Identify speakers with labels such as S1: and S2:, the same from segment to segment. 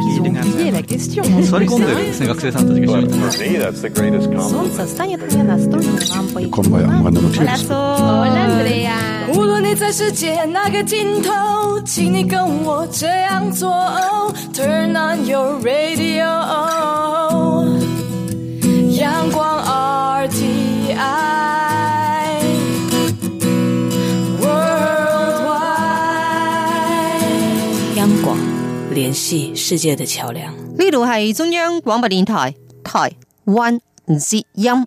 S1: Ils ont oublié la question.
S2: 생각세상도 되게
S3: But for me, that's the greatest compliment.
S4: Солнце встанет мне на стойку нам пойти.
S5: Kommen wir ja am Rande notiert.
S4: Hola, Andrea.
S6: 无论你在世界哪个尽头，请你跟我这样做。Turn on your radio，阳光 RTI。Worldwide。
S7: 央广，联系世界的桥梁。
S1: 呢度係中央廣播電台台灣之音。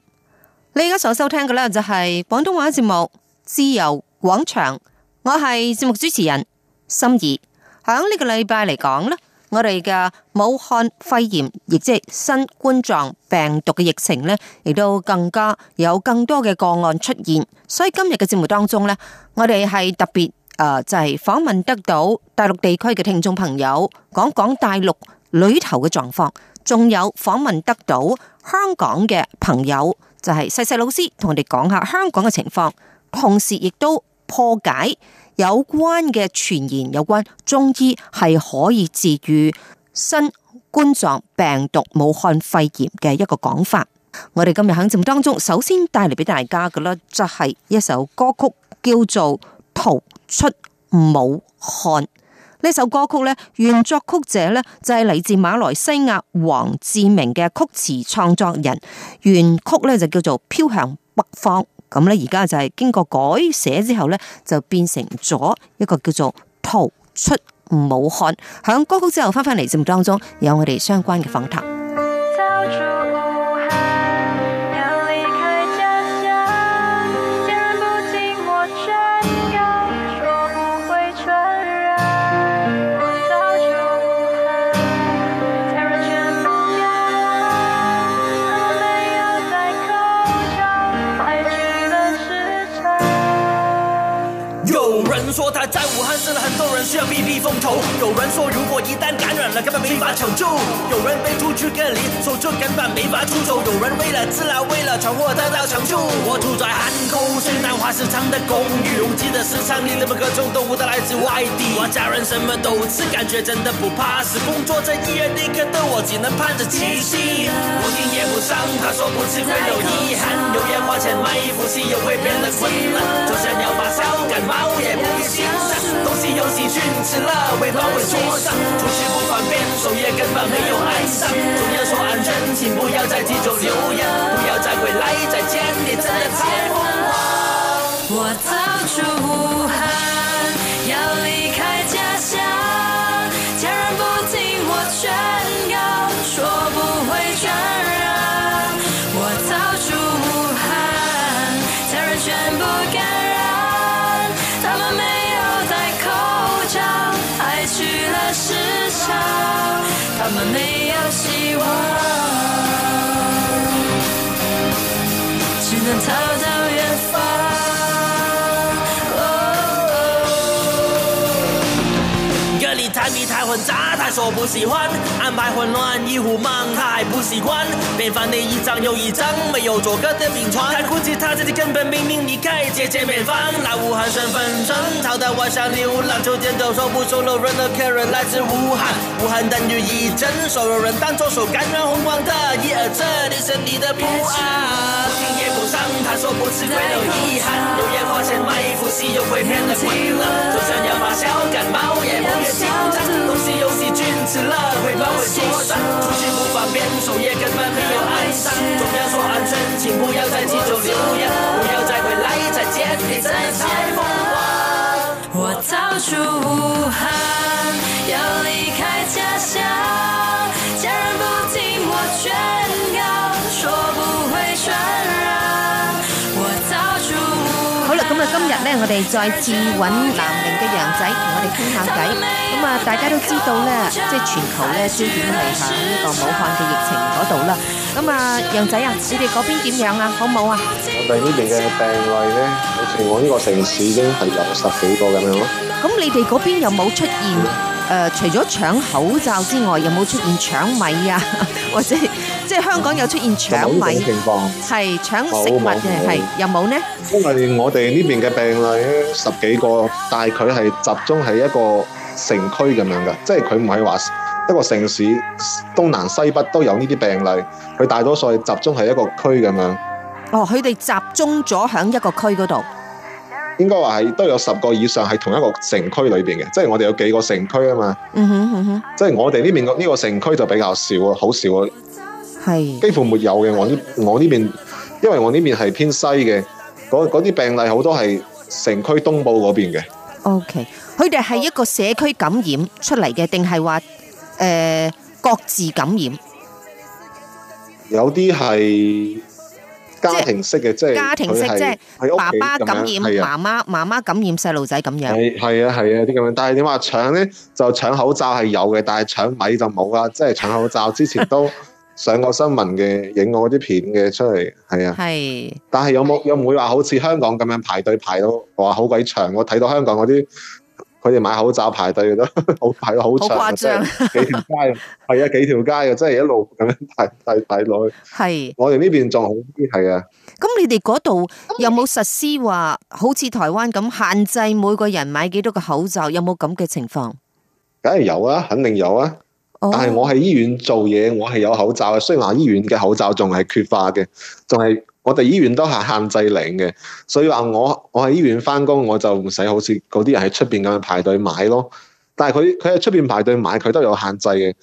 S1: 你而家所收聽嘅呢，就係廣東話節目《自由廣場》，我係節目主持人心怡。響呢個禮拜嚟講呢，我哋嘅武漢肺炎，亦即係新冠狀病毒嘅疫情呢，亦都更加有更多嘅個案出現。所以今日嘅節目當中呢，我哋係特別。誒、就係、訪問得到大陸地區嘅聽眾朋友，講講大陸裏頭嘅狀況，仲有訪問得到香港嘅朋友，就係細細老師同我哋講下香港嘅情況，同時亦都破解有關嘅傳言，有關中醫係可以治愈新冠狀病毒武漢肺炎嘅一個講法。我哋今日喺節目當中，首先帶嚟俾大家嘅咧，就係一首歌曲，叫做《逃出武漢》。呢首歌曲咧，原作曲者咧就係嚟自馬來西亞黃志明嘅曲詞創作人，原曲咧就叫做《飄向北方》。咁咧而家就係經過改寫之後咧，就變成咗一個叫做《逃出武漢》。響歌曲之後翻返嚟節目當中，有我哋相關嘅訪談。
S8: 逃出武汉，要离开家乡，也不经过宣告，说不会传染。逃出武汉，家人全部感染，他们没有戴口罩，还去了市场。
S9: 有人说他在武汉死了很多人，需要避避风头。有人说如果一旦感染了，根本没法抢救。有人被出去隔离，手就根本没法出手。有人为了治疗，为了存活得到抢救。我住在汉口西南花市场的公寓，拥挤的市场里，人们各种动物都来自外地。我家人什么都吃，感觉真的不怕死。工作在医院那刻的我，只能盼着奇迹。不听也不上，他说不吃会有遗憾。有烟花钱买衣服，西又会变得困难。就算要发烧，感冒。猫也不必欣赏，东西有细菌吃了，味道会说上。出去不方便，手也根本没有安上。总要说安全，请不要在记中留言，不要再回来，再见，你真的太疯狂。
S6: 我逃出武汉，要离开家乡，家人不听我劝告，说不会传染。我逃出武汉，家人全部感染，他们没有戴口罩，还去了市场，他们没有希望。只能逃到远方。
S9: 这里产品太混杂，他说不喜欢，安排混乱，一壶忙他还不习惯。边放的一张又一张，没有做个的病床。他估计他自己根本明明离开，姐姐远方，那武汉身份证，吵得我想流浪。秋天走说不收了人的客人来自武汉，武汉等于一针，所有人当作手感染红光的，一二这里是你的不安。不听也不上，他说不吃会有遗憾，有烟花钱买衣服，西又会变得困难。就算要发烧感冒也不。越紧张，东西有细菌吃了会把我灼伤，出去不方便，手也根本没有安上。总要说安全，请不要在记中留言，不要再回来，再见，你真的太疯狂。
S6: 我逃出武汉，要离开家乡，家人不听我劝告，说不会传染。我逃出武汉。
S1: 好啦，咁啊，今日咧，我哋再次揾南寧嘅楊仔同我哋傾下偈。咁啊，大家都知道咧，即係全球咧焦點係喺呢個武漢嘅疫情嗰度啦。咁啊，楊仔啊，你哋嗰邊點樣啊？好唔好啊？
S5: 我哋呢邊嘅病例咧，好似我呢個城市已經係有十幾個咁樣咯。
S1: 咁你哋嗰邊有冇出現誒、呃除咗搶口罩之外，有冇出現搶米啊？ 或者即係香港有出現搶
S5: 有冇呢種
S1: 米，
S5: 情況？
S1: 係搶食物
S5: 冇冇
S1: 嘅，係有冇呢？
S5: 因為我哋呢邊嘅病例咧十幾個，但係佢係集中喺一個城區咁樣嘅，即係佢唔係話一個城市東南西北都有呢啲病例，佢大多數係集中喺一個區咁樣，
S1: 哦，佢哋集中咗喺一個區嗰度。
S5: 應該話係都有十個以上係同一個城區裏邊嘅，即係我哋有幾個城區啊嘛，
S1: 嗯哼嗯哼，
S5: 即係我哋呢邊個呢個城區就比較少啊，好少啊，
S1: 係
S5: 幾乎沒有嘅。我呢我呢邊，因為我呢邊係偏西嘅，嗰嗰啲病例好多係城區東部嗰邊嘅。
S1: OK。佢哋係一個社區感染出嚟嘅，定係話誒各自感染？
S5: 有啲係家庭式嘅，即係
S1: 家庭式
S5: 佢係
S1: 即係
S5: 喺屋
S1: 爸
S5: 企
S1: 爸
S5: 咁樣
S1: 感染
S5: 係啊，
S1: 媽媽，媽媽感染細路仔咁樣。
S5: 係係啊係啊啲咁樣。但係點話搶咧就搶口罩係有嘅，但係搶米就冇啦。啊即係搶口罩之前都上過新聞嘅，影過嗰啲片嘅出嚟，係啊。
S1: 係
S5: 但係有冇有唔會話好似香港咁樣排隊排到話好鬼長？我睇到香港嗰啲。佢哋買口罩排隊都 好排到好長啊，
S1: 好誇張
S5: 即係幾條 街，係啊幾條街啊，真係一路咁樣排排排落去。
S1: 係。
S5: 我哋呢邊仲好啲，係啊。
S1: 咁你哋嗰度有冇實施話好似台灣咁限制每個人買幾多個口罩？有冇咁嘅情況？
S5: 梗係有啊，肯定有啊。
S1: 哦
S5: 但係我喺醫院做嘢，我係有口罩嘅。雖然話醫院嘅口罩仲係缺乏嘅，仲係我哋醫院都係限制令嘅，所以話我我喺醫院翻工，我就唔使好似嗰啲人喺出邊咁樣排隊買咯。但係佢佢喺出邊排隊買，佢都有限制嘅。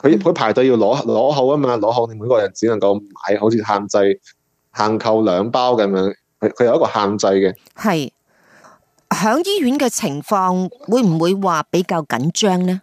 S5: 佢佢排隊要攞攞號啊嘛，攞號你每個人只能夠買，好似限制限購兩包咁樣。佢佢有一個限制嘅。
S1: 係響醫院嘅情況會唔會話比較緊張呢？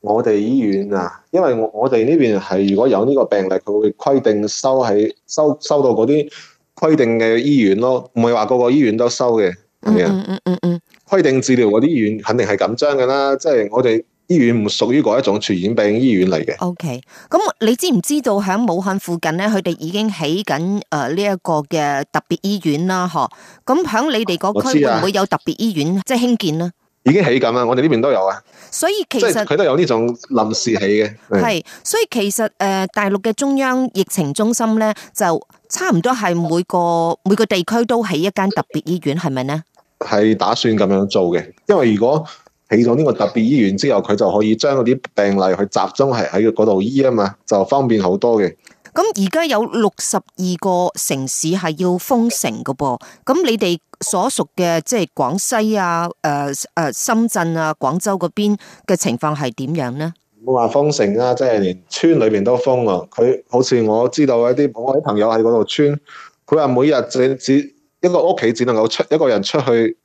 S5: 我哋醫院啊，因為我我哋呢邊係如果有呢個病例，佢會規定收喺收收到嗰啲規定嘅醫院咯，唔係話個個醫院都收嘅。
S1: 嗯
S5: 係啊，
S1: 嗯嗯嗯嗯，
S5: 規定治療嗰啲醫院肯定係緊張㗎啦，即係我哋醫院唔屬於嗰一種傳染病醫院嚟嘅。
S1: OK，咁你知唔知道喺武漢附近呢，佢哋已經起緊誒呢一個嘅特別醫院啦？嗬，咁喺你哋嗰
S5: 我
S1: 區
S5: 知啊
S1: 會唔會有特別醫院即係興建呢？
S5: 已經起緊啦，我哋呢邊都有啊，
S1: 所以其
S5: 即
S1: 實
S5: 係佢都有呢種臨時起嘅。嗯係
S1: 係，所以其實誒、呃大陸嘅中央疫情中心咧，就差唔多係每個每個地區都起一間特別醫院，係咪呢？
S5: 係打算咁樣做嘅，因為如果起咗呢個特別醫院之後，佢就可以將嗰啲病例去集中係喺嗰度醫啊嘛，就方便好多嘅。
S1: 咁而家有六十二個城市係要封城嘅噃，咁你哋所屬嘅即係廣西啊、誒、誒、深圳啊、廣州嗰邊嘅情況係點樣呢？
S5: 冇話封城啦，即係連村裏邊都封喎。佢好似我知道一啲我啲朋友喺嗰度村，佢話每日只只一個屋企只能夠出一個人出去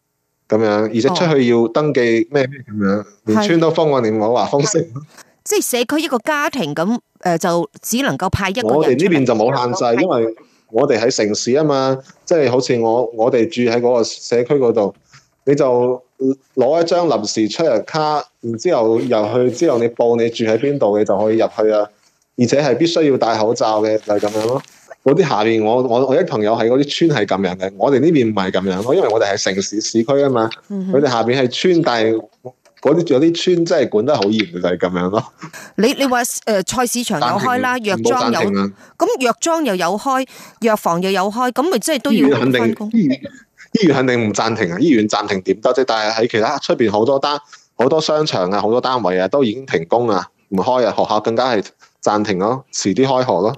S5: 咁樣，而且出去要登記咩咩咁樣，連
S1: 係
S5: 村都封喎，你唔好話封城。
S1: 即係社區一個家庭咁誒、呃就只能夠派一個
S5: 我哋
S1: 人
S5: 呢
S1: 出嚟。
S5: 邊就冇限制，因為我哋喺城市啊嘛，即係好似我我哋住喺嗰個社區嗰度，你就攞一張臨時出入卡，然之後入去之後你報你住喺邊度，你就可以入去啊。而且係必須要戴口罩嘅，就係、咁樣咯。嗰啲下面我我我啲朋友喺嗰啲村係咁樣嘅，我哋呢邊唔係咁樣咯，因為我哋係城市市區啊嘛，
S1: 嗯
S5: 佢哋下面係村，但係嗰啲有啲村真係管得好嚴嘅，就係、咁樣咯。
S1: 你你話誒、呃菜市場有開啦，藥妝有
S5: 暫停啊
S1: 咁藥妝又有開，藥房又有開，咁咪即係都
S5: 醫
S1: 要
S5: 院肯
S1: 翻
S5: 定
S1: 工。
S5: 醫院醫院肯定唔暫停啊！醫院暫停點得啫？但係喺其他出邊好多單好多商場啊，好多單位啊，都已經停工啊，唔開啊，學校更加係暫停咯，遲啲開學咯。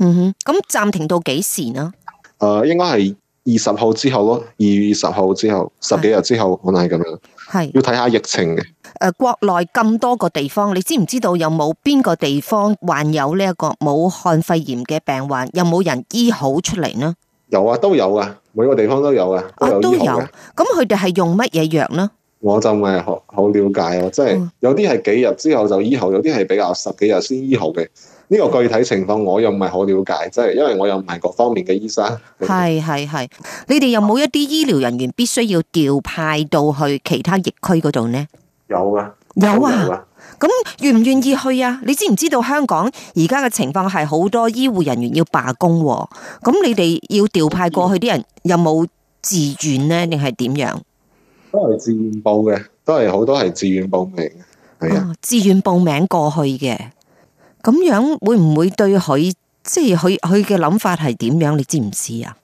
S1: 嗯哼，咁暫停到幾時呢？
S5: 誒、應該係二十號之後咯，二月二十號之後，十幾日之後可能係咁樣，
S1: 係誒、
S5: 要睇下疫情嘅。
S1: 呃，國內咁多個地方，你知唔知道有冇邊個地方患有呢一個武漢肺炎嘅病患？有冇人醫好出嚟呢？
S5: 有啊，都有啊，每個地方都有啊，
S1: 啊，
S5: 都
S1: 都
S5: 有醫
S1: 有。
S5: 學嘅。
S1: 咁佢哋係用乜嘢藥呢？
S5: 我就唔係好好了解喎，即係
S1: 嗯
S5: 有啲係幾日之後就醫好，有啲係比較十幾日先醫好嘅。呢個具體情況我又唔係好了解，即係因為我又唔係各方面嘅醫生。
S1: 係係係，你哋有冇一啲醫療人員必須要調派到去其他疫區嗰度呢？
S5: 有啊，
S1: 有啊。，咁願唔願意去啊？你知唔知道香港而家嘅情況係好多醫護人員要罷工喎、咁你哋要調派過去啲人有冇自願呢？定係點樣？
S5: 都係自願報嘅，都係好多係自願報名嘅。係啊，
S1: 哦自願報名過去嘅，咁樣會唔會對佢即係佢佢嘅諗法係點樣？你知唔知啊？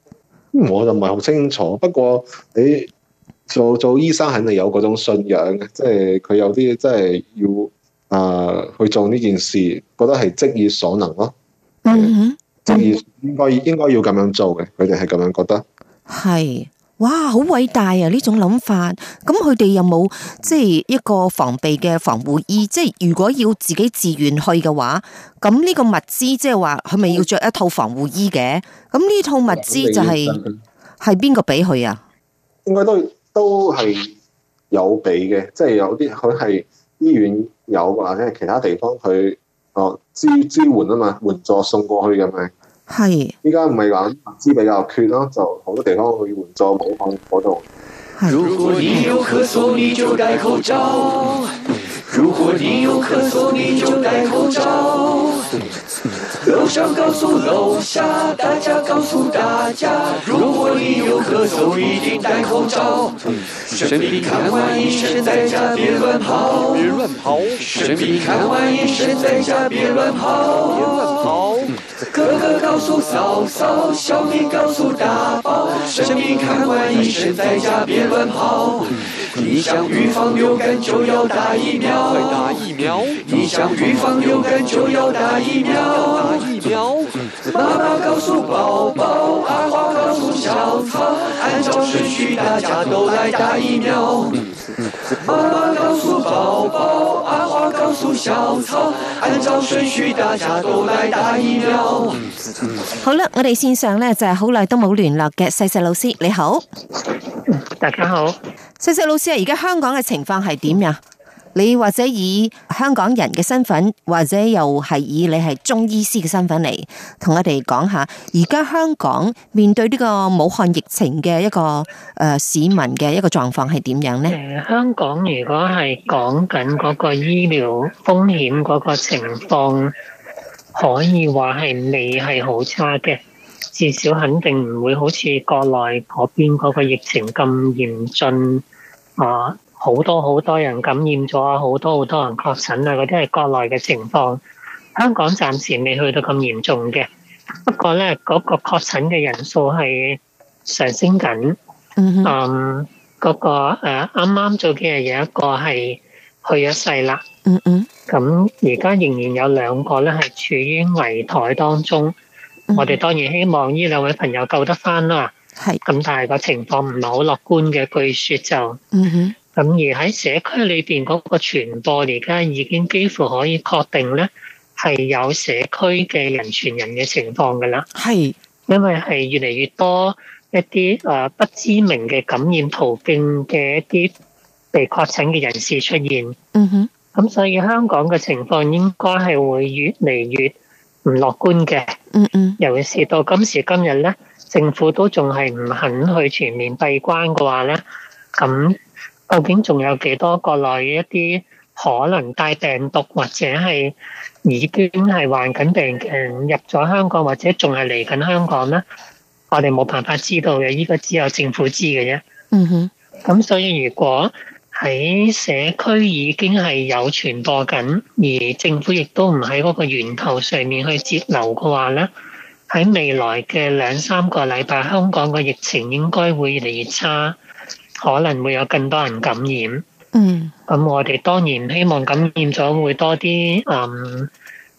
S5: 嗯我就唔係好清楚。不過你做做醫生肯定有嗰種信仰嘅，即係佢有啲真係要啊去做呢件事，覺得係職業所能咯，
S1: 嗯
S5: 職業應該應該要咁樣做嘅，佢哋係咁樣覺得。
S1: 哼，系，哇，好偉大啊！呢種諗法，咁佢哋有冇即係一個防備嘅防護衣？即係如果要自己自願去嘅話，咁呢個物資即係話佢咪要着一套防護衣嘅？咁呢套物資就係係邊個俾佢啊？
S5: 應該都都係有俾嘅，即係有啲佢係醫院有或者係其他地方佢哦支支援啊嘛，援助送過去咁樣。
S1: 係
S5: 依家唔係話物資比較缺咯，就好多地方去援助武漢嗰度。
S1: 係，
S10: 如果你有咳嗽，你就戴口罩；如果你有咳嗽，你就戴口罩。楼上告诉楼下，大家告诉大家，如果你有咳嗽，一定戴口罩。生病看完医生，在家别乱跑。别乱跑。生病看完医生，在家别乱跑。别乱跑。哥哥告诉嫂嫂，小妹告诉大宝，生病看完医生，在家别乱跑。你想预防流感就要打疫苗，打疫苗。你想预防流感就要打疫苗，打疫苗。妈妈告诉宝宝，阿花告诉小草，按照顺序大家都来打疫苗。妈妈告诉宝宝，阿花告诉小草，按照顺序大家都来打疫苗。
S1: 好啦，我哋線上咧就係好耐都冇聯絡嘅細細老師，你好。
S11: 大家好，
S1: 細細老師啊，而家香港嘅情況係點呀？你或者以香港人嘅身份，或者又係以你係中醫師嘅身份嚟同我哋講下，而家香港面對呢個武漢疫情嘅一個诶、呃市民嘅一個狀況係點樣呢？
S11: 诶、香港如果係講緊嗰個醫療風險嗰個情況，可以話係未係好差嘅，至少肯定唔會好似國內嗰邊嗰個疫情咁嚴峻啊，好多好多人感染咗啊，好多好多人確診啊，嗰啲係國內嘅情況。香港暫時未去到咁嚴重嘅，不過呢，嗰、個確診嘅人數係上升緊。
S1: 嗯哼，
S11: 嗯，嗰、個呃啱啱早幾日有一個係去咗世啦，
S1: 嗯嗯，
S11: 咁而家仍然有兩個咧係處於危殆當中。
S1: 嗯
S11: 我哋當然希望呢兩位朋友救得翻啦，
S1: 係，
S11: 咁但係個情況唔係好樂觀嘅，據說就
S1: 嗯哼，
S11: 咁而喺社區裏邊嗰個傳播，而家已經幾乎可以確定咧係有社區嘅人傳人嘅情況㗎啦。
S1: 係，
S11: 因為係越嚟越多一啲誒不知名嘅感染途徑嘅一啲被確診嘅人士出現，
S1: 嗯哼，
S11: 咁所以香港嘅情況應該係會越嚟越唔樂觀嘅，
S1: 嗯嗯，
S11: 尤其是到今時今日咧，政府都仲係唔肯去全面閉關嘅話咧，咁究竟仲有幾多國內一啲可能帶病毒或者係已經係患緊病嘅人入咗香港或者仲係嚟緊香港咧？我哋冇辦法知道嘅，呢、個只有政府知嘅啫。
S1: 嗯哼，
S11: 咁所以如果喺社區已經係有傳播緊，而政府亦都唔喺嗰個源頭上面去截流嘅話咧，喺未來嘅兩三個禮拜，香港嘅疫情應該會越嚟越差，可能會有更多人感染。
S1: 嗯，
S11: 咁我哋當然希望感染咗會多啲嗯，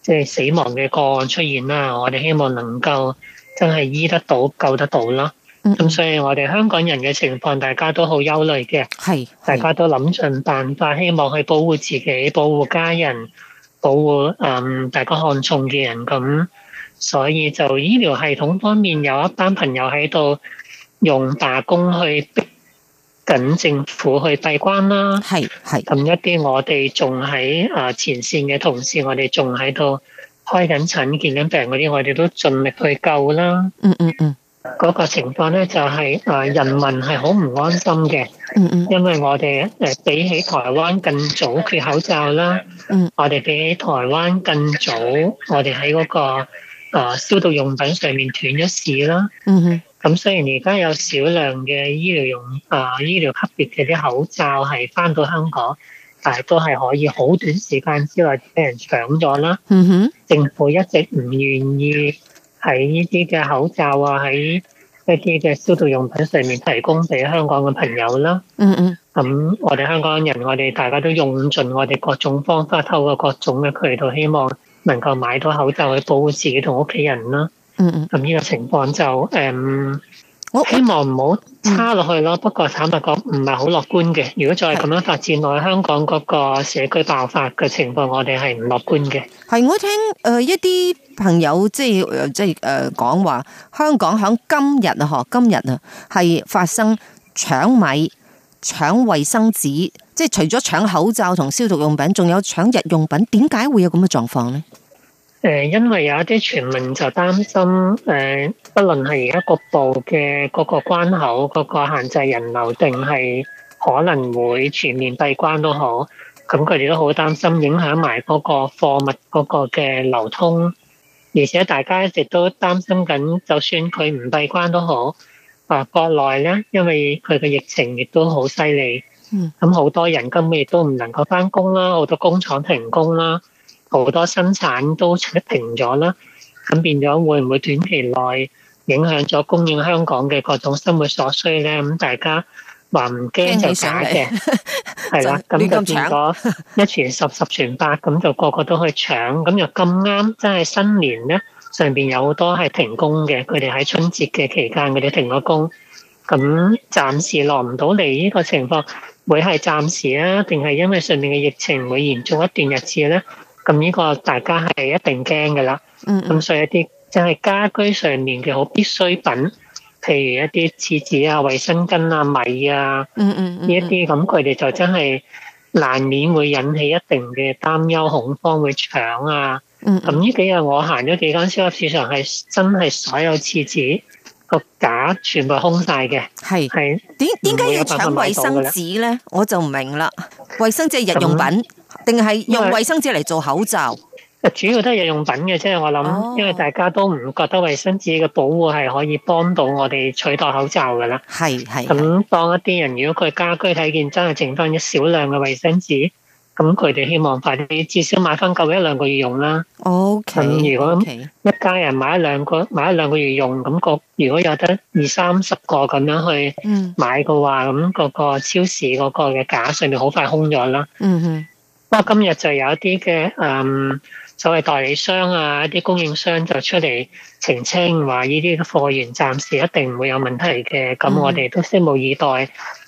S11: 即係死亡嘅個案出現啦。我哋希望能夠真係醫得到、救得到啦。
S1: 嗯
S11: 咁所以我哋香港人嘅情況，大家都好憂慮嘅，
S1: 係，
S11: 大家都諗盡辦法，希望去保護自己、保護家人、保護嗯大家看重嘅人。咁所以就醫療系統方面有一班朋友喺度用罷工去逼緊政府去閉關啦。
S1: 係，係，
S11: 咁一啲我哋仲喺啊前線嘅同事，我哋仲喺度開緊診、見緊病嗰啲，我哋都盡力去救啦。
S1: 嗯嗯嗯，
S11: 嗰、個情況咧就係、啊人民係好唔安心嘅，
S1: 嗯嗯，
S11: 因為我哋誒比起台灣更早缺口罩啦，
S1: 嗯，
S11: 我哋比起台灣更早，我哋喺嗰個啊消毒用品上面斷咗市啦。
S1: 嗯哼，
S11: 咁雖然而家有少量嘅醫療用啊、醫療級別嘅啲口罩係翻到香港，但係都係可以好短時間之內俾人搶咗啦。
S1: 嗯哼，
S11: 政府一直唔願意喺呢啲嘅口罩啊，喺一啲嘅消毒用品上面提供俾香港嘅朋友啦。
S1: 嗯嗯，
S11: 咁我哋香港人，我哋大家都用盡我哋各種方法，透過各種嘅渠道，希望能夠買到口罩去保護自己同屋企人啦。
S1: 嗯嗯，
S11: 咁呢個情況就誒、嗯
S1: 我
S11: 希望唔好差落去咯。不過坦白講，唔係好樂觀嘅。如果再咁樣發展落去，香港嗰個社區爆發嘅情況，我哋係唔樂觀嘅。
S1: 係我聽诶一啲朋友即係呃即系诶讲话，香港響今日啊，嗬，今日啊係發生搶米、搶衛生紙，即係除咗搶口罩同消毒用品，仲有搶日用品，點解會有咁嘅狀況呢？
S11: 誒、呃因為有一啲傳聞就擔心誒、不論係而家局部嘅嗰個關口嗰、個限制人流，定係可能會全面閉關都好，咁佢哋都好擔心影響埋嗰個貨物嗰個嘅流通，而且大家一直都擔心緊，就算佢唔閉關都好，啊國內咧，因為佢嘅疫情亦都好犀利，
S1: 嗯
S11: 咁好多人根本亦都唔能夠翻工啦，好多工廠停工啦。好多生產都停咗啦，咁變咗會唔會短期內影響咗供應香港嘅各種生活所需咧？咁大家話唔
S1: 驚
S11: 驚
S1: 起
S11: 就
S1: 上
S11: 假
S1: 嚟
S11: 嘅，係啦，
S1: 就
S11: 咁就
S1: 亂咁
S11: 變咗一傳十，十傳百，咁就個個都去搶，咁又咁啱，真係新年咧，上邊有好多係停工嘅，佢哋喺春節嘅期間佢哋停咗工，咁暫時落唔到嚟呢個情況，會係暫時啊，定係因為上面嘅疫情會嚴重一段日子咧？咁呢個大家係一定驚嘅啦。
S1: 嗯
S11: 咁所以一啲即係家居上面嘅好必需品，譬如一啲廁紙啊、衛生巾啊、米啊
S1: 嗯嗯嗯
S11: 呢一啲，咁佢哋就真係難免會引起一定嘅擔憂、恐慌，會搶啊。
S1: 嗯
S11: 咁呢幾日我行咗幾間超級市場，係真係所有廁紙個架全部係空晒嘅，
S1: 係
S11: 係
S1: 點點解要
S11: 冇辦法
S1: 搶
S11: 啊買
S1: 衛
S11: 到㗎
S1: 生
S11: 啦
S1: 紙呢？我就唔明啦，衛生紙係日用品，定係用
S11: 啊
S1: 衛生紙嚟做口罩？
S11: 主要都係日用品嘅，即係我諗，因為大家都唔覺得衛生紙嘅保護係可以幫到我哋取代口罩㗎啦。
S1: 係係
S11: 咁當一啲人如果佢家居睇見真係剩翻一少量嘅衛生紙，咁佢哋希望快啲至少買翻夠一兩個月用啦。
S1: O K，
S11: 咁如果
S1: OK
S11: 一家人買一兩個買一兩個月用，咁、個如果有得二三十個咁樣去
S1: 嗯
S11: 買嘅話，咁、嗰個超市嗰個嘅架上面好快空咗啦。
S1: 嗯哼
S11: 不過今日就有一啲嘅誒所謂代理商啊，一啲供應商就出嚟澄清話，呢啲貨源暫時一定唔會有問題嘅。咁我哋都拭目以待，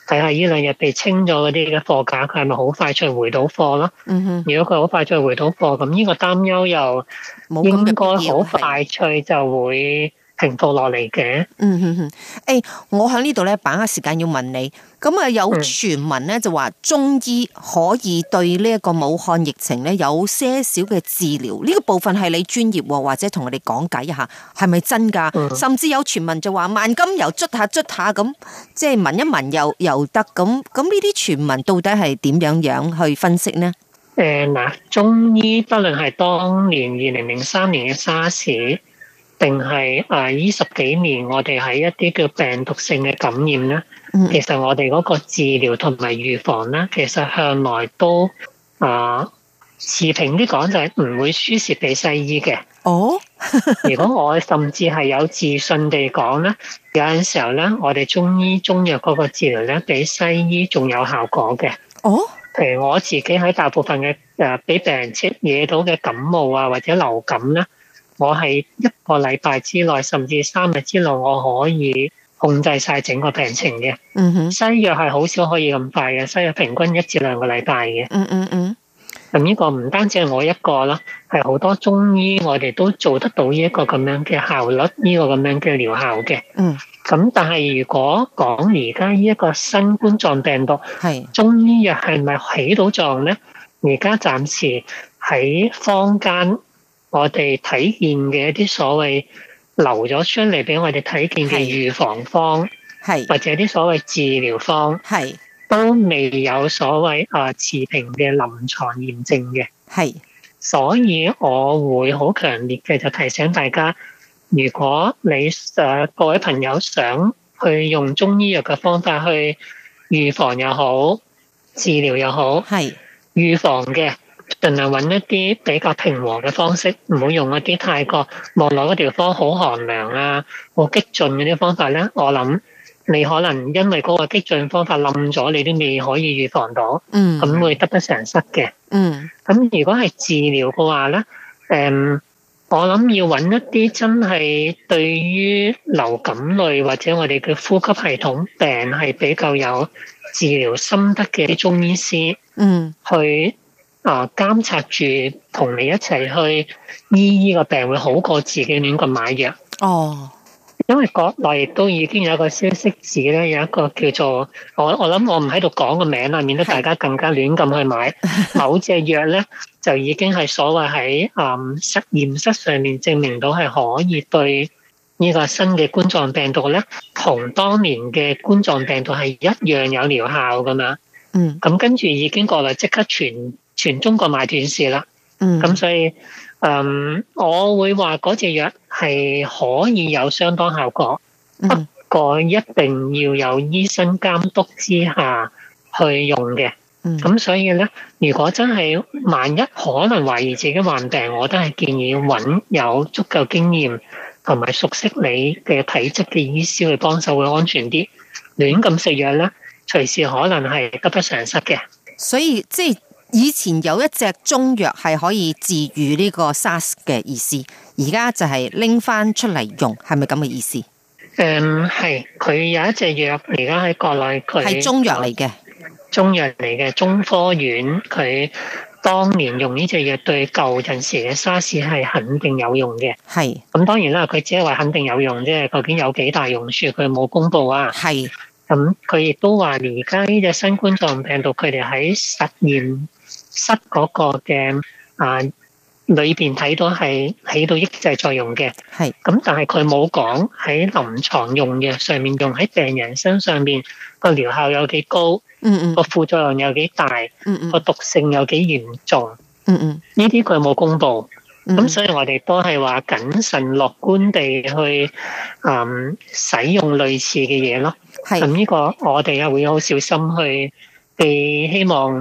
S11: 睇下呢兩日被清咗嗰啲嘅貨架，佢係咪好快脆回到貨咯？
S1: 嗯哼。
S11: 如果佢好快脆回到貨，咁呢個擔憂又
S1: 冇
S11: 應
S1: 咁嘅
S11: 該
S1: 必要啊
S11: 好快脆就會平復落嚟嘅。
S1: 嗯哼哼，诶、我喺呢度咧，把握時間要問你，咁啊有
S11: 嗯
S1: 傳聞咧就話中醫可以對呢一個武漢疫情咧有些少嘅治療，呢、個部分係你專業喎，或者同我哋講解一下係咪真㗎？
S11: 嗯
S1: 甚至有傳聞就話萬金油捽下捽下咁，即係聞一聞又又得咁，咁呢啲傳聞到底係點樣樣去分析呢？
S11: 誒嗱、中醫不論係當年二零零三年嘅沙士，定係誒呢十幾年我哋喺一啲叫病毒性嘅感染咧，
S1: 嗯
S11: 其實我哋嗰個治療同埋預防咧，其實向來都啊、持平啲講就係唔會輸蝕俾西醫嘅。
S1: 哦，
S11: 如果我甚至係有自信地講咧，有陣時候咧，我哋中醫中藥嗰個治療咧，比西醫仲有效果嘅。
S1: 哦，
S11: 譬如我自己喺大部分嘅誒俾病人切惹到嘅感冒啊或者流感咧，我係一個禮拜之內甚至三日之內，我可以控制晒整個病情嘅。
S1: 嗯哼，
S11: 西藥係好少可以咁快嘅，西藥平均一至兩個禮拜嘅。
S1: 嗯嗯嗯，
S11: 咁呢個唔單止係我一個啦，係好多中醫我哋都做得到呢一個咁樣嘅效率，呢、個咁樣嘅療效嘅。
S1: 嗯，
S11: 咁但係如果啊講而家呢一個新冠狀病毒，
S1: 係，
S11: 中醫藥係咪起到作用呢？而家暫時喺坊間，我哋睇見嘅一啲所謂流咗出嚟俾我哋睇見嘅
S1: 係
S11: 預防方，
S1: 係
S11: 或者啲所謂治療方，
S1: 係
S11: 都未有所謂啊持平嘅臨床驗證嘅。
S1: 係，
S11: 所以我會好強烈嘅就提醒大家，如果你誒各位朋友想去用中醫藥嘅方法去預防又好，治療又好，
S1: 係，
S11: 預防嘅盡量揾一啲比較平和嘅方式，唔好用一啲太過望落嗰條方好寒涼啊、好激進嗰啲方法咧。我諗你可能因為嗰個激進方法冧咗，你都未可以預防到，
S1: 嗯
S11: 咁會得不償失嘅。
S1: 嗯
S11: 咁如果係治療嘅話咧，誒、我諗要揾一啲真係對於流感類或者我哋嘅呼吸系統病係比較有治療心得嘅啲中醫師
S1: 嗯
S11: 去啊、監察住，同你一齊去醫醫個病會好過自己亂咁買藥。
S1: 哦，
S11: 因為國內亦都已經有一個消息指咧，有一個叫做我我諗我唔喺度講個名啦，免得大家更加亂咁去買某隻藥咧，就已經係所謂喺嗯實驗室上面證明到係可以對呢個新嘅冠狀病毒咧，同當年嘅冠狀病毒係一樣有療效噶嘛。
S1: 嗯
S11: 咁跟住已經國內即刻全全中國賣斷市啦。
S1: 嗯
S11: 咁所以，嗯，我會話嗰隻藥係可以有相當效果，
S1: 嗯
S11: 不過一定要有醫生監督之下去用嘅。
S1: 嗯
S11: 咁所以呢，如果真係萬一可能懷疑自己患病，我都係建議揾有足夠經驗同埋熟悉你嘅體質嘅醫師去幫手，會安全啲。亂咁食藥呢，隨時可能係得不償失嘅。
S1: 所以即係以前有一隻中藥係可以治愈呢個 SARS 嘅意思，而家就係拎翻出嚟用，係咪咁嘅意思？
S11: 誒係，佢有一隻藥而家喺國內佢
S1: 係中藥嚟嘅，
S11: 中藥嚟嘅中科院，佢當年用呢隻藥對舊陣時嘅沙士係肯定有用嘅。
S1: 係
S11: 咁當然啦，佢只係話肯定有用啫，究竟有幾大用處佢冇公布啊。
S1: 係
S11: 咁佢亦都話而家呢隻新冠狀病毒，佢哋喺實驗室嗰個嘅啊裏邊睇到係起到抑制作用嘅。
S1: 係
S11: 咁但係佢冇講喺臨床用藥上面用喺病人身上面個療效有幾高，
S1: 嗯嗯
S11: 個副作用有幾大，
S1: 嗯嗯
S11: 個毒性有幾嚴重，
S1: 嗯嗯
S11: 呢啲佢冇公布。
S1: 嗯，
S11: 咁所以我哋都係話謹慎樂觀地去嗯使用類似嘅嘢咯。咁
S1: 係
S11: 呢個我哋啊會好小心去，既希望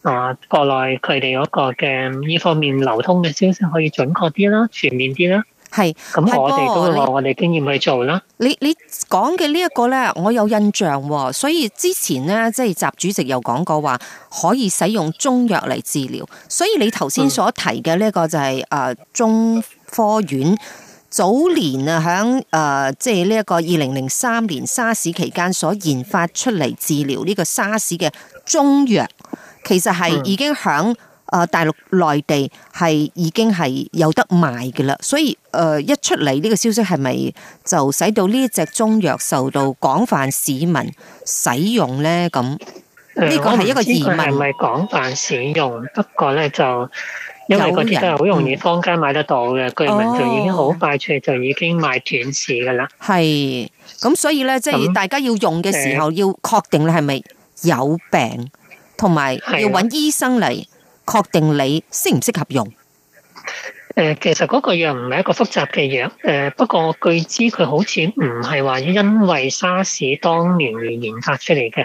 S11: 啊國內佢哋嗰個嘅呢方面流通嘅消息可以準確啲啦、全面啲啦。
S1: 係
S11: 咁
S1: 係
S11: 我哋
S1: 噃
S11: 都會
S1: 你
S11: 話我哋經驗去做啦。
S1: 你你講嘅呢一個呢，我有印象喎、所以之前呢，即係習主席又講過話，可以使用中藥嚟治療。所以你頭先所提嘅呢個就係、呃中科院早年啊，響誒即係呢一個二零零三年沙士期間所研發出嚟治療呢個沙士嘅中藥，其實係
S11: 嗯
S1: 已經響。誒大陸內地係已經係有得賣嘅啦，所以誒、呃一出嚟呢個消息係咪就使到呢一隻中藥受到廣泛市民使用呢？咁
S11: 誒
S1: 呢個
S11: 我唔
S1: 係一個
S11: 知
S1: 疑
S11: 佢
S1: 問
S11: 係咪廣泛使用？不過咧就因為嗰啲
S1: 有
S11: 都
S1: 人嗯哦
S11: 係好容易坊間買得到嘅，據聞就已經好快脆就已經賣斷市㗎啦。
S1: 係咁，所以呢，即係
S11: 咁
S1: 大家要用嘅時候，要確定你係咪有病，同埋
S11: 係啊
S1: 要
S11: 啦
S1: 揾醫生嚟確定你適唔適合用。
S11: 誒、其實嗰個藥唔係一個複雜嘅藥，誒、不過我據知佢好似唔係話因為沙士當年而研發出嚟嘅，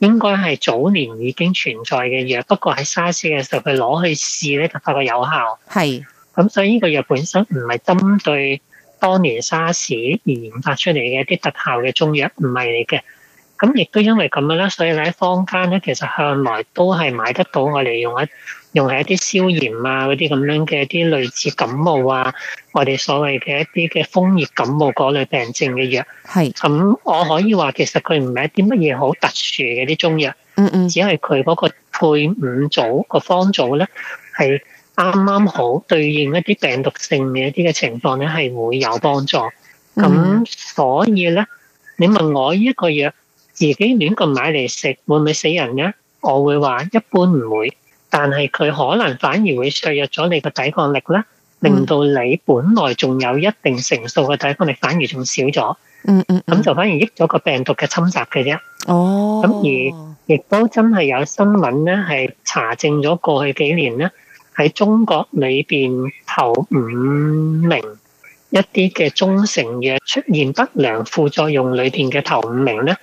S11: 應該係早年已經存在嘅藥，不過喺沙士嘅時候佢攞去試咧就發覺有效，
S1: 係
S11: 咁所以呢個藥本身唔係針對當年沙士而研發出嚟嘅一啲特效嘅中藥，唔係嚟嘅。咁亦都因為咁樣咧，所以咧坊間咧其實向來都係買得到我哋用一用喺一啲消炎啊嗰啲咁樣嘅一啲類似感冒啊，我哋所謂嘅一啲嘅風熱感冒嗰類病症嘅藥。
S1: 係，
S11: 咁我可以話其實佢唔係一啲乜嘢好特殊嘅啲中藥。
S1: 嗯嗯
S11: 只係佢嗰個配伍組個方組咧係啱啱好對應一啲病毒性嘅一啲嘅情況咧，係會有幫助。
S1: 嗯
S11: 咁所以咧，你問我呢一個藥自己亂咁買嚟食會唔會死人咧？我會話一般唔會，但係佢可能反而會削弱咗你個抵抗力啦，令到你本來仲有一定成數嘅抵抗力，反而仲少咗，
S1: 嗯嗯，
S11: 咁就反而益咗個病毒嘅侵襲嘅啫。
S1: 哦，
S11: 咁亦都真係有新聞咧，係查證咗過去幾年咧，喺中國裏邊頭五名一啲嘅中成藥出現不良副作用裏邊嘅頭五名咧，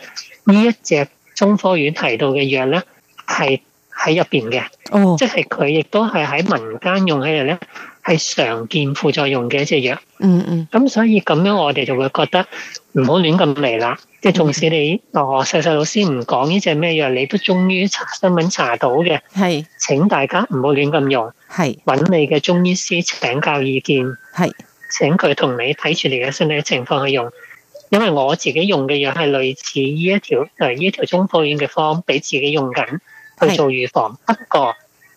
S11: 呢一隻中科院提到嘅藥咧係喺入邊嘅，
S1: 哦，
S11: 即係佢亦都係喺民間用起嚟咧係常見副作用嘅一隻藥。
S1: 嗯嗯
S11: 咁所以咁樣我哋就會覺得唔好亂咁嚟啦。即係縱使你哦細細老師唔講呢只咩藥，你都終於查新聞查到嘅。
S1: 係
S11: 請大家唔好亂咁用，
S1: 係
S11: 揾你嘅中醫師請教意見，
S1: 係
S11: 請佢同你睇住你嘅身體情況去用。因為我自己用嘅藥係類似呢一條誒呢一條中科院嘅方俾自己用緊去做預防，不過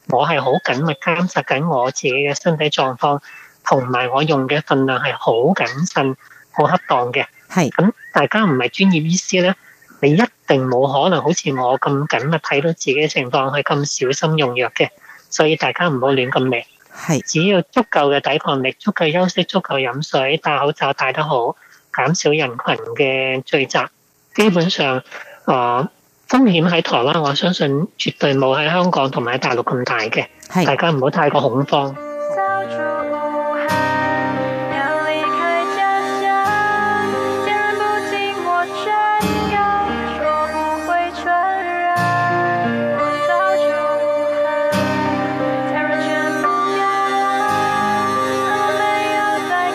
S11: 我係好緊密監察緊我自己嘅身體狀況，同埋我用嘅份量係好謹慎、好恰當嘅。
S1: 係
S11: 咁，大家唔係專業醫師咧，你一定冇可能好似我咁緊密睇到自己嘅情況，去咁小心用藥嘅。所以大家唔好亂咁嚟。
S1: 係
S11: 只要足夠嘅抵抗力、足夠休息、足夠飲水、戴口罩戴得好，減少人群嘅聚集，基本上啊、呃、風險喺台灣，我相信絕對冇喺香港同埋喺大陸咁大嘅。
S1: 係
S11: 大家唔好太過恐慌。
S8: 要离开家乡，家人不经我劝告，说不会传染。我早就武汉，家人全部感染，他们没有戴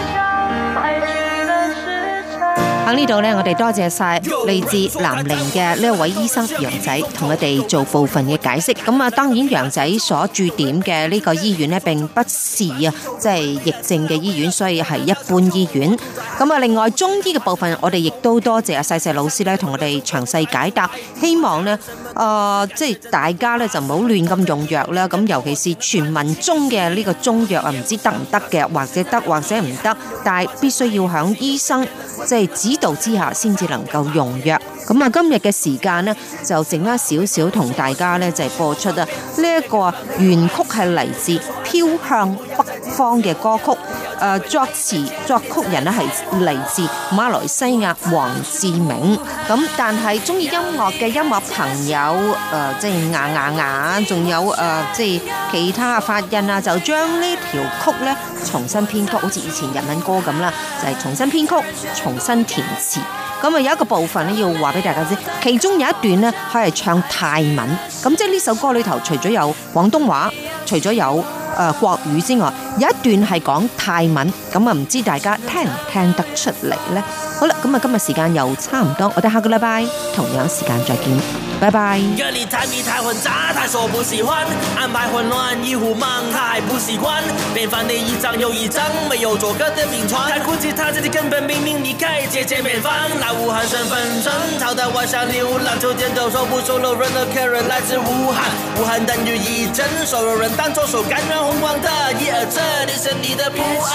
S8: 口罩，败去了市场。
S1: 喺呢度呢，我哋多謝晒嚟自南寧嘅呢一位醫生楊仔，同我哋做部分嘅解釋。咁啊，當然楊仔所駐點嘅呢個醫院呢，並不是啊，即係疫症嘅醫院，所以係一般醫院。咁啊，另外中醫嘅部分，我哋亦都多謝阿細細老師呢，同我哋詳細解答。希望呢，啊、即係大家呢，就唔好亂咁用藥啦。咁尤其是傳聞中嘅呢個中藥啊，唔知得唔得嘅，或者得或者唔得，但係必須要響醫生即係指導之下，先至能夠用藥。咁啊，今日嘅時間呢，就剩翻少少同大家呢，就係播出啊呢一、個啊原曲係嚟自《飄向北方》嘅歌曲。誒、作詞作曲人咧係嚟自馬來西亞黃志明，咁但係中意音樂嘅音樂朋友誒、即係牙牙牙，仲有誒、即係其他發音啊，就將呢條曲咧重新編曲，好似以前日文歌咁啦，就係、重新編曲、重新填詞。咁啊有一個部分咧要話俾大家知，其中有一段咧佢係唱泰文，咁即係呢首歌裏頭除咗有廣東話，除咗有誒、呃、國語之外，有一段係講泰文，咁啊唔知大家聽唔聽得出嚟呢？好啦，咁啊今日時間又差唔多，我哋下個禮拜同樣時間再見，拜拜。
S9: 一你太迷太混，渣太傻不喜欢，安排混乱，一壶忙太不习惯，便翻了一张又一张，没有做个的病床。他估计他自己根本明明离开姐姐远方，那武汉身份证，朝代晚上流浪，秋天的说不收容人的 Karen 来自武汉，武汉等于一针，所有人当作手感染红光的一耳针，你是你的不安，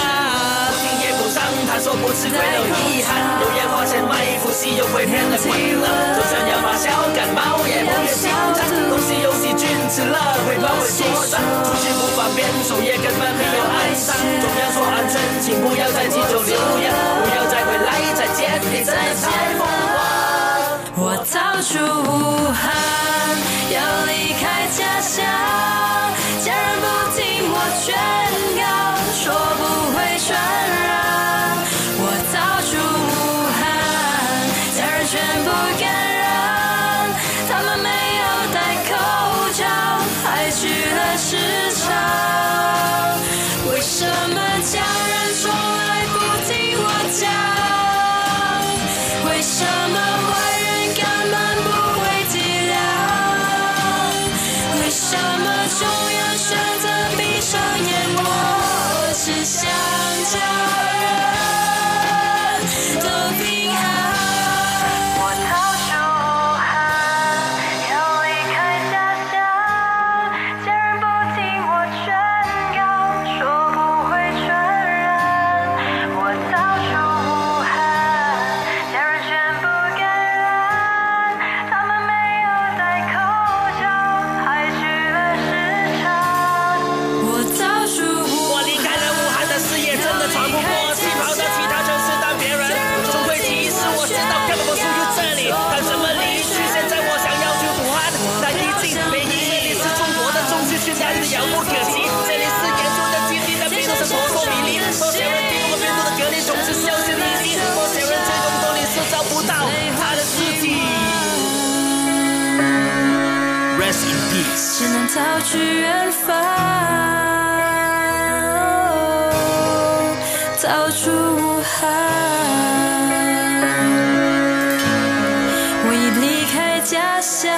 S9: 你也不上，他说不吃亏的遗憾，有烟花钱埋伏，西游会骗了鬼了，就算要发烧感冒也不愿心脏，东西有细菌吃了会把我灼伤，出去不方便，手也根本没有安上，总要说安全，请不要再急着留言，不要再回来再见，你真的太疯狂。
S6: 我逃出武汉，要离开家乡，家人不听我劝告，说不会传染。我逃出武汉，家人全部感染，他们没有戴口罩，还去了市场。为什么家人从来不听我讲？为什么坏人根本不会体谅？为什么中央选择闭上眼？我只想家人都平安。
S8: 我逃出武汉，要离开家乡，家人不听我劝告，说不会传染。我逃出武汉，家人全部感染，他们没有戴口罩，还去了市场。
S6: 我早出武
S9: 我离开了武汉的视野，真的喘不过气，跑到其他城市当别人。终归其实我知道根本不属于这里，但怎么离去？现在我想要去武汉，但一进没意义。你是中国的中西区，男子遥不可及。这里是严重的基地，但病毒是婆娑迷离。多些人给我们病毒的隔离，总是消息离奇。多些人最终都你是找不到他的尸体。Rest in peace。
S6: 只能逃去远方，逃出武汉。